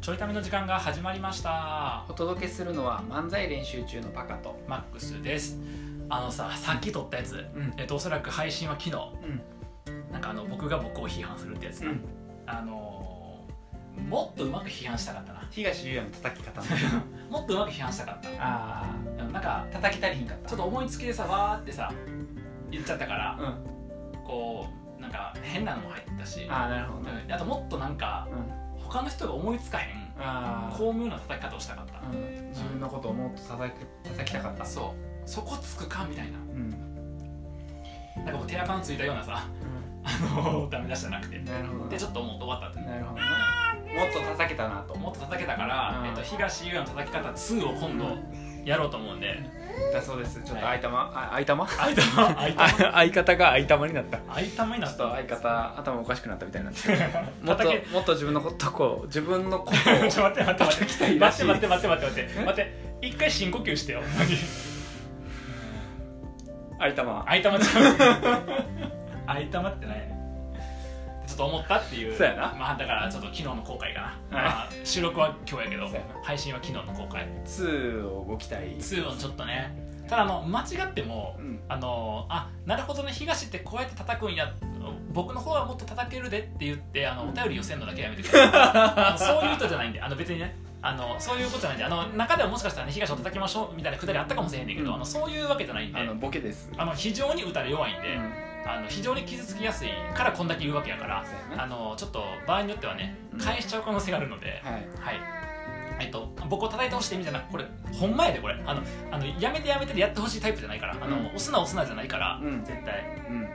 ちょいための時間が始まりましたお届けするのは漫才練習中のパカとマックスですあのささっき撮ったやつ、うんえっとおそらく配信は昨日うんなんかあの僕が僕を批判するってやつな、あのーもっとうまく批判したかったな東優也の叩き方のもっとうまく批判したかった あうんなんかあ叩き足りひんかったちょっと思いつきでさわーってさ言っちゃったからうんこうなんか変なのも入ったしああなるほどうねんあともっとなんかうん他の人が思いつかへんああ巧妙な叩き方をしたかっうん自分のことをもっと叩く叩きたかったたそうそこつくかみたいなうんなんかこう手垢のついたようなさあのダメ出しじゃなくてなるほどでねちょっともう終わったってなるほどねもっと叩けたなともっと叩けたから、うんえっと、東優也の叩き方2を今度やろうと思うんでだそうですちょっと相玉あ相玉相玉相玉相方が相玉になった相玉になちょっったと相方頭おかしくなったみたい なんですけどもっと叩けもっと自分のことこう自分のことちょっ とを待って待って待叩きったていらし待いって待って待って待って待って待って一回深呼吸して よマジ相玉ちゃう相玉相玉ってないちょっと思ったっていうそうやなまあだからちょっと昨日の後悔かな、はいまあ、収録は今日やけどそうやな配信は昨日の後悔2をご期待2をちょっとねただあの間違ってもうんあのあなるほどね東ってこうやって叩くんや僕の方はもっと叩けるでって言ってあのお便り寄せんのだけやめてくださいあのそういう人じゃないんであの別にねあのそういうことじゃないんであの中ではもしかしたら、ね、東を叩きましょうみたいなくだりあったかもしれへんねんけど、うんあのそういうわけじゃないんでああののボケです非常に打たれ弱いんうで、んあの非常に傷つきやすいからこんだけ言うわけやからそうやなあのちょっと場合によってはねうん返しちゃう可能性があるので、はいはい。えっと、僕を叩いてほしいみたいなこれほんまやでこれあのあのやめてやめてでやってほしいタイプじゃないからあの、うん押すな押すなじゃないから、うん絶対 うん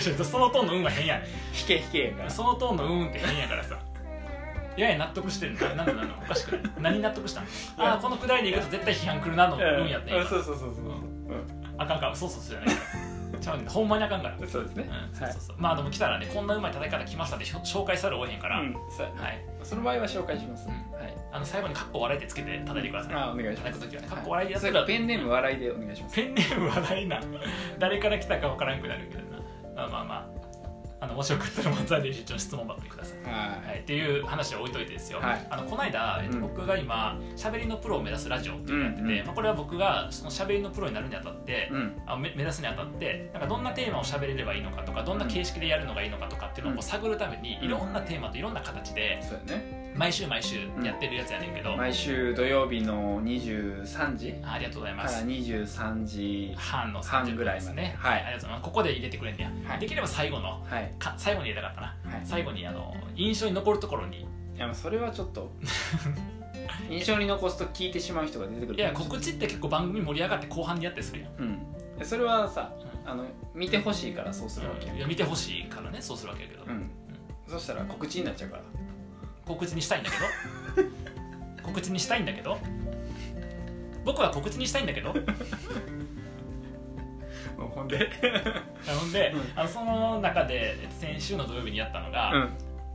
ちょっとそのトーンの運は変やね引け引けやかんそのトーンの運って変やからさやや納得してるのなんだなんだおかしくない何納 得したのああこのくだりでいくと絶対批判くるなの運やってんう今んそうそうそうそうあかんからそうそうそうじゃないからちゃうねんほんまにあかんから、う、うんんそうですねそうそうそうまあでも来たらねこんなうまい叩き方来ましたってひょ紹介さるをえへんから、うんそうやなはいその場合は紹介しますうんはいあの最後にカッコ笑いってつけて叩いてくださいあお願いしま叩すくときはね、かっこ笑いはでいやっそたれら、かペンネーム笑いでお願いしますペンネーム笑いな、誰から来たかわからんくなるけどな、まあまあまあ、あのもしよかったら漫才練習長の質問箱にください。ははい、っていう話は置いといてですよ、はいあのこの間、えっとうん僕が今しゃべりのプロを目指すラジオっていうのをやってて、うんうんまあ、これは僕がそのしゃべりのプロになるにあたって、いうんあのめ目指すにあたってなんかどんなテーマをしゃべれればいいのかとかどんな形式でやるのがいいのかとかっていうのをこう探るためにうんいろんなテーマといろんな形でそうやね毎週毎週やってるやつやねんけど、毎週土曜日の23時あありがとうございかまらす。 23時半の半30ぐ分らいですまでね。はいありがとうございます。ここで入れてくれんねや。はいできれば最後のはいか最後に入れたかったな。はい最後にあの印象に残るところに。いやまあそれはちょ っと印象に残すと聞いてしまう人が出てくるいや告知って結構番組盛り上がって後半にやってするやん。うんそれはさうあの見てほしいからそうするわけやいや見てほしいからねそうするわけやけど、うん、そしたら告知になっちゃうから告知にしたいんだけ ど告知にしたいんだけど僕は告知にしたいんだけどほん でなので、うんあのその中で先週の土曜日にやったのが、うんはい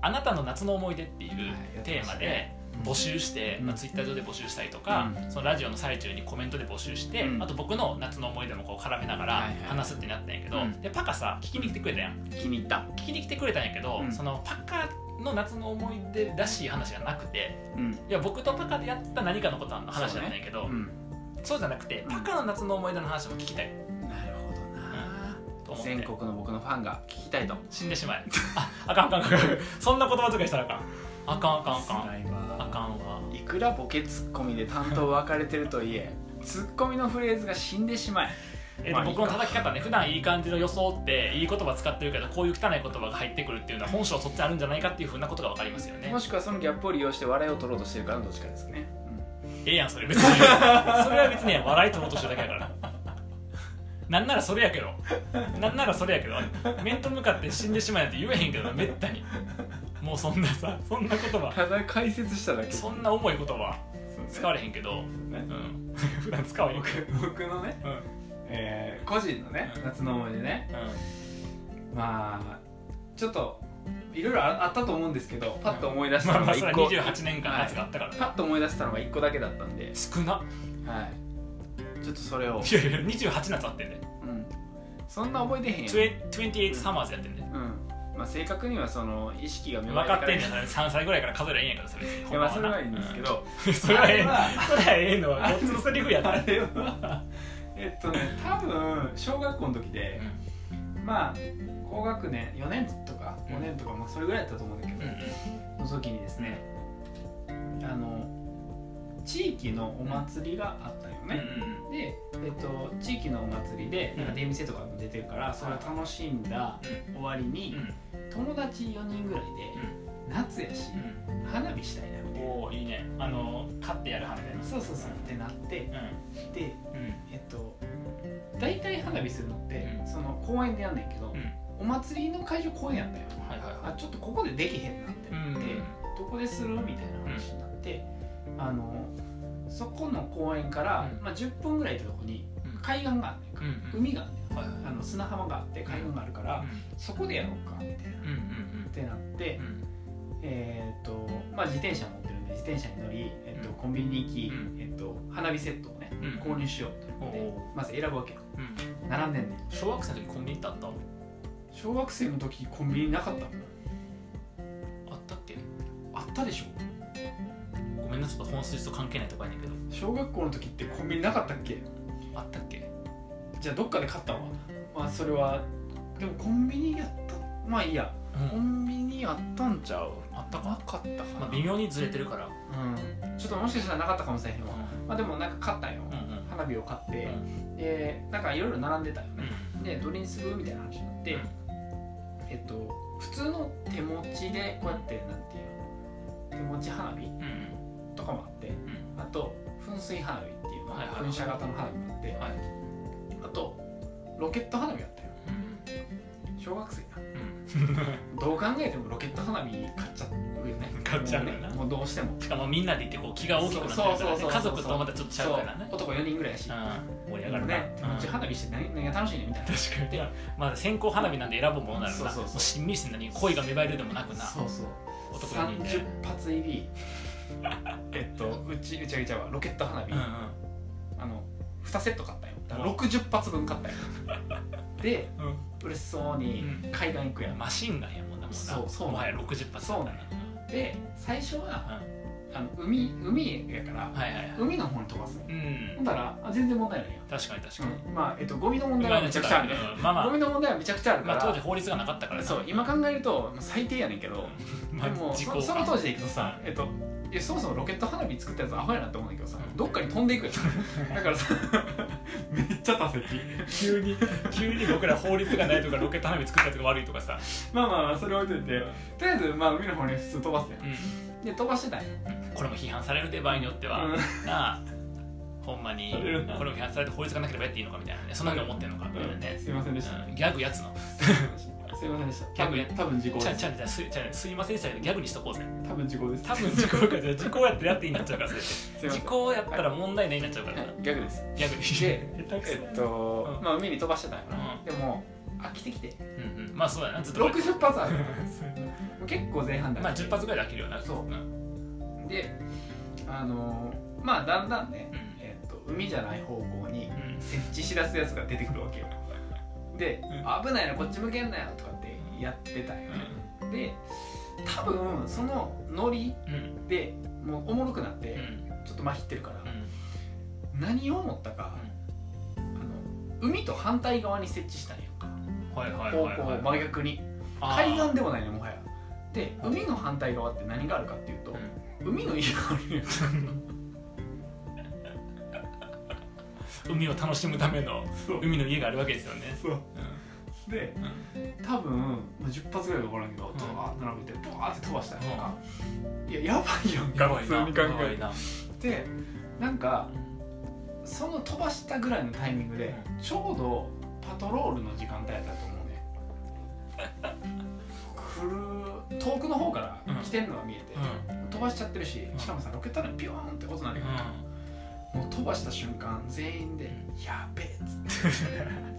あなたの夏の思い出っていはういテーマやで募集して、うんまあ、ツイッター上で募集したりとか、うそのラジオの最中にコメントで募集して、うんあと僕の夏の思い出もこう絡めながはらいはい話すってなったんやけど、うんでパカさ聞きに来てくれたやん気に入った聞きに来てくれたんやけど、うんそのパカの夏の思い出らしい話がなくてうんいや僕とパカでやった何かのことの話だったんやけどそう,、うんじゃなくてうんパカの夏の思い出の話も聞きたいなるほどなと思って全国の僕のファンが聞きたいと死んでしまえああかんあかんあかんそんな言葉遣いしたらあかんあかんあかんあかん辛いわあかんわいくらボケツッコミで担当分かれてるとはいえ ツッコミのフレーズが死んでしまええーまあと僕の叩き方ね普段いい感じの装っていい言葉使ってるけどこういう汚い言葉が入ってくるっていうのは本性そっちあるんじゃないかっていうふうなことが分かりますよねもしくはそのギャップを利用して笑いを取ろうとしてるからどっちかですね、ええやんそれ別に それは別に笑い取ろうとしてるだけやからなんならそれやけどなんならそれやけど面と向かって死んでしまえなんて言えへんけどなめったにもうそんなさそんな言葉ただ解説しただけそんな重い言葉使われれへんけど、ねうん、 普段使わへんけど僕僕のね、うんうんえー個人のね夏の思い出ねまあちょっといろいろああったと思うんですけどパッと思い出したまあのまがあそれ1は個、 28年間夏があったからね、パッと思い出したのが1個だけだったんで、少なはい、ちょっとそれを、いやいや28夏あってんで、うん、そんな覚えてへんやん28サマーズやってんねうんまあ、まあ、正確にはその意識が分分かってんねねん3歳ぐらいから数えりゃいいんやからそれ別にいやまあそれはいいんですけど、うんそれはええそれはええのはこっちのセリフやなあれはえっとね多分小学校の時で、まあ高学年4年とか5年とか、まあ、それぐらいだったと思うんだけうんど、うんの時にですねあの地域のお祭りがあったよね、うんで、えっと、地域のお祭りでなんか出店とかも出てるから、それを楽しんだ終わりに、うん友達4人ぐらいで、夏やし、う花火したいなみんたいなおおいいねあの買ってやる花火そうそうそうってなってうでんうんえっと大体花火するのって、うんその公園でやんねんけど、うんお祭りの会場公園やったよはいはいはあちょっとここでできへんなっていうんなって、どこでするみたいな話になって、あのそこの公園から、うんまあ、10分ぐらい行ったとこにうん海岸があんねんか、うんうん海があんねんはいはいあの砂浜があって海岸があるから、そこでやろうかみたいな、うんうんうんってなって、うんえーとまあ、自転車持ってるんで自転車に乗り、えっとうんコンビニに行き、うんえっと花火セットをね、うん購入しようと思って、おーまず選ぶわけようん並んでんねん小学生の時コンビニってあった小学生の時コンビニなかったもんあったっけあったでしょごめんなちょっと本筋と関係ないとこやねんけど小学校の時ってコンビニなかったっけあったっけじゃあどっかで買ったわまあそれはでもコンビニやったまあいいやコンビニやったんちゃうあったなかかったかな、まあ微妙にずれてるからうん、ちょっともしかしたらなかったかもしれへんわ、まあ、でもなんか買ったんよ、うんうん花火を買っうて、んでなんかいろいろ並んでたようね、んでどれにするみたいな話になって、うんえっと普通の手持ちでこうやってなんていうの手持ち花火うんとかもあってうんあと噴水花火っていうの、はいはいはい噴射型の花火もあって、はいあとロケット花火あったよう小学生やんうんどう考えてもロケット花火買っちゃうよね買っちゃうよなもねもうどうしてもしかもみんなで行ってこう気が大きくなってるからそうそうそうねそう家族とまたちょっとちゃうからねそう男4人ぐらいやし、うん盛り上がだるなね手持ちうん花火して何何が楽しいねみたいな確かにまあ線香花火なんで選ぶものならそうなそうそうもうしんみりしてんのに恋が芽生えるでもなくなそうそう男4人で30発入りえっとうちうちはうちはロケット花火、うんあの2セット買ったよだからうん60発分買っ たよでうんうん嬉しそうにうん海岸行くやん、マシンガンやもんなもうなそうそうもはや60発そうなんやで最初は、あの海海やから、はいはいはい海の方に飛ばすのうほんんだらあ全然問題ないよ、確かに確かに、うん、まあえっとゴミの問題はめちゃくちゃあるねうんまあまあゴミの問題はめちゃくちゃあるかまあら、当時法律がなかったからなそう今考えるとまあ最低やねんけど、まあでも時効そかその当時でいくとさ、えっと、いやそもそもロケット花火作ったやつアホやなって思うんだけどさ、うんどっかに飛んでいくやつ だからさ めっちゃ多席急に急に僕ら法律がないとかロケット花火作ったやつが悪いとかさ、まあまあまあそれ置いといてとりあえずまあ海の方に普通飛ばすやんうで飛ばしてたんやん、これも批判されるで場合によっては、うんなあほんまにされるなこれも批判されて法律がなければやっていいのかみたいなねそんなふうに思ってんのかみたいなね、すいませんでした、うんギャグやつのすいませんでした多逆に分多分時効ちゃでんすちゃんじゃあすちゃんすいませんでしたけどギャグにしとこうぜ多分時効です多分時効かじゃあ時効やってやっていいになっちゃうからそれすいませ時ん効やったら問題ないになっちゃうからなはい逆ですギャグに して下手くそえやなっと、うんまあ海に飛ばしてたんやな、うんでも飽きてきてうんうんまあそうやなずっと60発あるもそうやなう 結構前半だまあ10発ぐらいで飽きるようになそうんであのーまあだんだんね、うんえっと海じゃない方向にうん設置しだすやつが出てくるわけよで、う危ないなこっち向けんなよとかってやってたんよね、で多分そのノリうんうんでもうおもろくなうってんちょっとまひってるから、うん何を思ったか、あの海と反対側に設置したんよはいはい方はい向はいを真逆にあー海岸でもないのもはやで海の反対側って何があるかっていうと、海の家があるんようん 海を楽しむためのそう海の家があるわけですよねそうでうん多分もう10発ぐらいか分からんけど、んドワーッと並べてドワーッて飛ばしたりとか、いややばいやんやかばいな普通に考やばえいなてでなんかその飛ばしたぐらいのタイミングで、ちょうどパトロールの時間帯やったと思うね来る遠くの方から来てんのが見えて、うん飛ばしちゃってるしんしかもさロケット弾ピョーンって音なるよ、もう飛ばした瞬間全員で「やべえ」っつって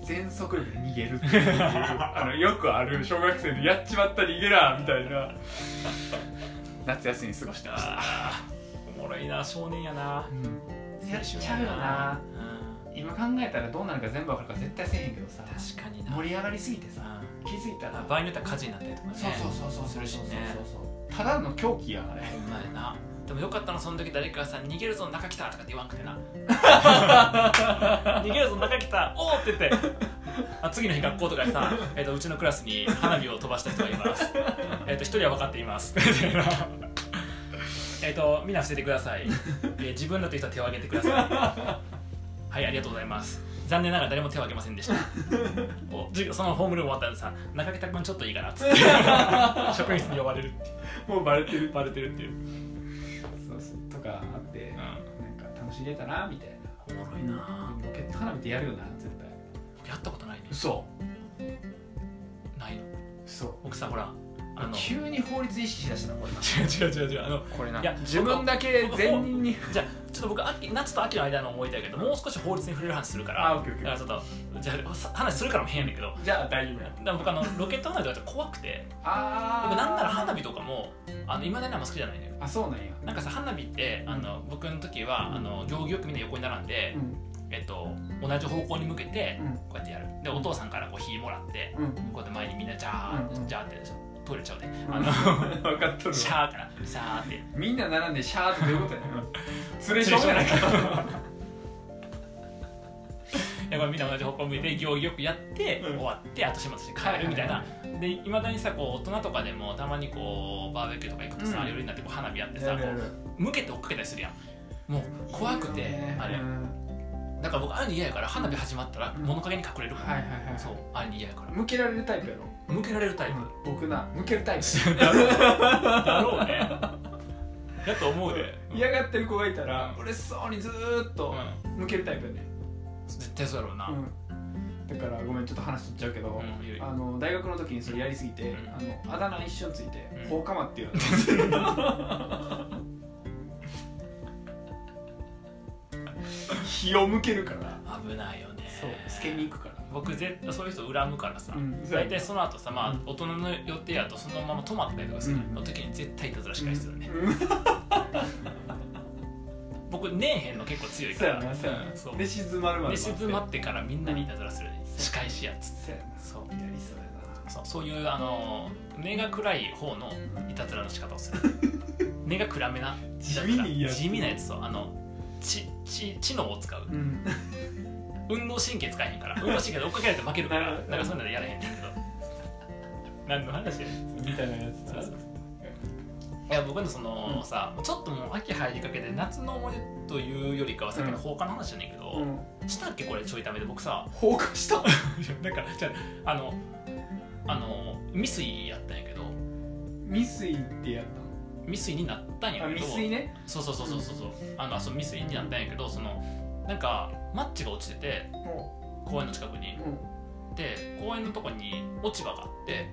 全速力で逃げるっていう あのよくある小学生で「やっちまった逃げな」みたいな夏休み過ごしてました、あーおもろいな少年やなうん、やっち青春ゃうよなうん今考えたらどうなるか全部わかるから絶対せえへんけどさ確かにな盛り上がりすぎてさうん気づいたら場合によっては火事になったりとかねそうそうそうそうするしねそうそうただの狂気やあれほんまやなでもよかったなその時誰かがさ「逃げるぞ中来た」とかって言わんく てな「逃げるぞ中来たおお!」って言ってあ次の日学校とかでさ、えっとうちのクラスに花火を飛ばした人がいますえっと一人は分かっていますみ たいなえっとみんな伏せてください、えー自分だという人は手を挙げてくださいはいありがとうございます残念ながら誰も手を挙げませんでしたお授業そのホームルーム終わったらさ中北君ちょっといいかなっつって 職員室に呼ばれるっていうもうバレてるバレてるっていうそうそうとかあって、んなんか楽しんでたなみたいおもろいななロケット花火ってやるよな絶対やったことないね嘘ないの嘘奥さんほらあの違急に法律意識しだしたなこれなう違う違う違うあのこれないや自分だけ全人にじゃあちょっと僕秋夏と秋の間の思い出だけどもう少し法律に触れる話するからあオッケーオッケーだからちょっとじゃあさ話するからも変やねんけどじゃあ大丈夫やだから 僕あのロケット花火とかちょっと怖くてあ僕ーなんなら花火とかもあの今でにあんま好きじゃないのよあそうなんやなんかさ花火ってあの僕の時はあの行儀よくみんな横に並んでう、んえっと、同じ方向に向けてうんこうやってやるでお父さんからこう火もらってうんこうやって前にみんなジャー、うんジャーってトイレちゃうで、んあの 分かっとる シャーからシャーってみんな並んでシャーってどういうことやねんそれしょうがないかやっぱみんな同じ方向向いて行儀よくやって、うん終わって後始末して帰るみたいな、でいまだにさこう大人とかでもたまにこうバーベキューとか行くとさ、うん夜になってこう花火やって やさるこやるう向けて追っかけたりするやんもう怖くていいよねあれうんだから僕あれに嫌やから花火始まったらうん物陰に隠れるもん、はいはいはいそうあれに嫌やから向けられるタイプやろ向けられるタイプ、僕 な向けるタイプだろうだろ うねだと思うで、嫌がってる子がいたらう嬉しそうにずーっうとん、向けるタイプやね絶対そうやろうな、うんだからごめんちょっと話しとっちゃうけどうんいいよいいよあの大学の時にそれやりすぎてうんあのあだ名一緒についてうん放火魔っていうの火を向けるから危ないよねそうつけに行くから僕絶対そういう人恨むからさ、うん大体その後さ、まうあん、大人の予定やとそのまま泊まったりとかするうんの時に絶対いたずらしかりするね、うん僕ねえへんの結構強いそかうやらなそうやんそうなで静まるまでで待って静まってからみんなにいたずらするねうん仕返しやつそうやなそうやりそうやなそうそういうあの目が暗い方のいたずらの仕方を する目が暗めな地味にやる地味なやつそうあの知知知能を使ううん運動神経使えへんから運動神経で追っかけられて負けるか ならるほどなんかそういうのでやらへんねんけど 何の話やみたいなやつそうそういや僕のそのさちょっともう秋入りかけて夏の思い出というよりかはさっきの放火の話じゃねんけど、うんしたっけこれちょいためで僕さ 放火したなんかじゃああのあの未遂やったんやけど未遂ってやっ未遂になったんたのやあけど未遂ねそうそうそうそうそうそうあのあそう未遂になったんやけどそのなんかマッチが落ちてても公園の近くにううんで公園のとこに落ち葉があって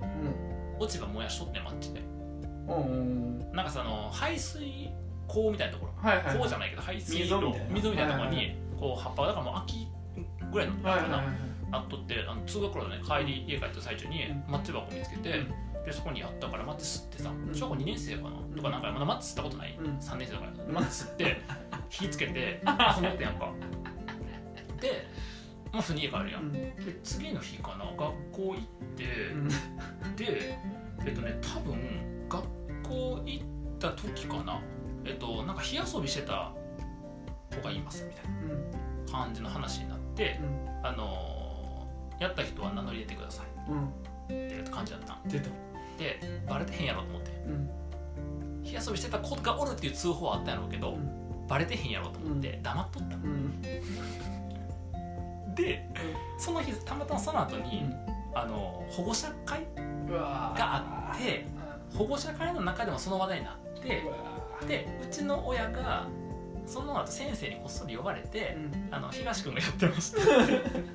う落ち葉燃やしとってマッチでんうんうんうんなんかさあの排水溝みたいなところはいはいこうじゃないけど排水溝溝みみたたいいななところにこう葉っぱだからもう秋ぐらいのはい段はかいはいなあっとってあの通学路でね帰り家帰った最中にうんマッチ箱見つけてでそこにやったからマッチ吸ってさん小学校2年生かなとかなんかまだマッチ吸ったことないうん3年生だからんマッチ吸 って火つけて遊んでてやんかでまあ普通に家帰るやんうで次の日かな学校行ってんでえっとね多分学校行った時かなえっとなんか火遊びしてた子がいますみたいな感じの話になってあのーやった人は名乗り出てくださうんうんいって感じだったんうん出たでバレてへんやろと思ってうん火遊びしてた子がおるっていう通報はあったんやろうけどうんバレてへんやろと思って黙っとったのうんでその日たまたまその後にあの保護者会うわーがあって保護者会の中でもその話題になってうわーでうちの親がその後先生にこっそり呼ばれてう、んあの東君がやってま した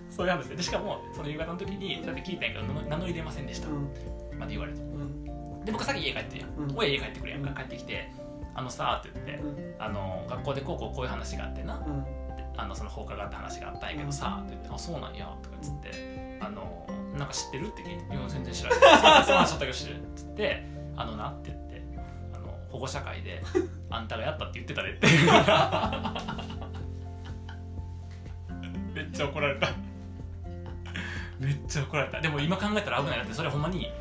そういう話ででしかもその夕方の時にだって聞いたんやけど名乗り出ませんでしたまで言われてうんで僕さっき家帰ってんや、うんん、親家帰ってくるやんうかん帰ってきて「あのさ」って言ってう「んあの学校でこうこうこういう話があってなうんあのその放課があった話があったんやけどさ」って言って「あそうなんや」とかっつって「あのなんか知ってる?」って聞いて「いや全然知らない」「そうなんしちゃったけど知ってる」っつって「あのな」って言ってあの保護者会 で「あんたがやったって言ってたで」 ってめっちゃ怒られためっちゃ怒られたでも今考えたら危ないだってそれほんまに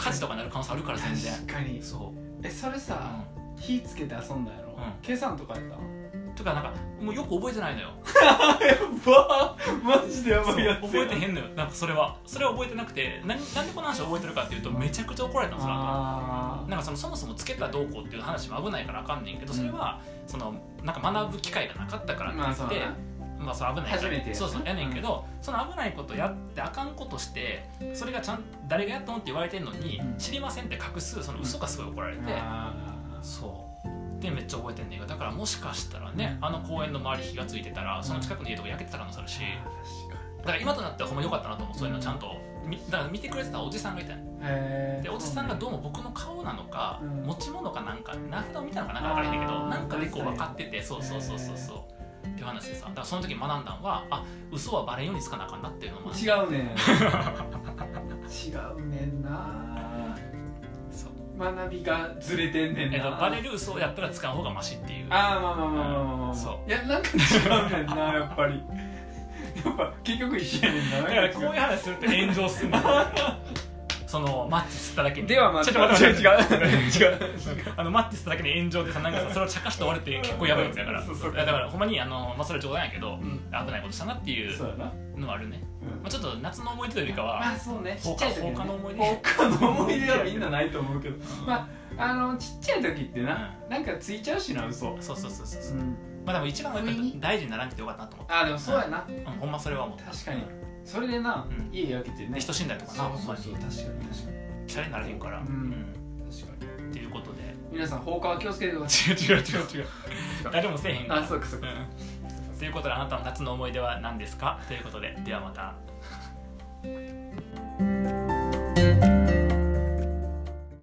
火事とかになる可能性あるから全 然確かにそえそれう、さ、火つけて遊んだやろ、うん計算とかやったのうん、とかなんかもうよく覚えてないのよやばマジでやそう覚えてんへんのよなんかそれはそれは覚えてなくてななんでこの話を覚えてるかっていうとめちゃくちゃ怒られたんですよあなんかそのそもそもつけたどうこうっていう話も危ないからあかんねんけどそれはそのなんか学ぶ機会がなかったからってま言あそうって、だまなあ、それ危ないから初めてやなそうそうやねんけど、その危ないことやってあかんことしてそれがちゃん誰がやったのって言われてんのに、うん知りませんって隠すその嘘がすごい怒られて、あそうでめっちゃ覚えてんねんけどだからもしかしたらねあの公園の周り火がついてたらその近くの家とか焼けてた可能性あるしー確かだから今となってはほんま良かったなと思うそういうのちゃんとみだから見てくれてたおじさんがいたのにへえでおじさんがどうも僕の顔なのか、うん持ち物かなんか名札を見たのかなんか分からへんねんけどあーなんかでこう分かっててそうそうそうそうそう、っていう話でさだからその時学んだんはあ嘘はバレんようにつかなあかんなっていうのもある違 うねん違うねんなそう学びがずれてんねんえっとなバレる嘘やったらつかん方がマシっていうあーまあまあまあまあまあまあ、そういやなんか違うねんなやっぱりやっぱ結局一緒やねんなだからこういう話すると炎上するの そのマッチ吸っただけにではまたちょっと待って違う待って違う違う あのマッチ吸っただけで炎上でさなんかさそれを茶化して終わるって結構やばいやつやからそうそうだからほんまにあの、まあ、それは冗談やけどうん危ないことしたなっていうそうやな、のはあるね、うんまあ、ちょっと夏の思い出というよりかは、まあそうねちっちゃい時、ね、放火の思い出他の思い出はみんなないと思うけどまああのちっちゃい時ってな、なんかついちゃうしな嘘そうそうそうそう、うんまあでも一番はやっぱ上に大事にならんくてよかったなと思っあーでもそうやなた、うん、ほんまそれは思った確かにそれでな、うん家焼けてね人死んだりとかなほんまに確かに確かにシャレにならへんから、うん確かにうんっていうこと で皆さん放火は気をつけてください違う違う違う違う 誰もせえへんからあそうかそううか んということであなたの夏の思い出は何ですかということでではまた。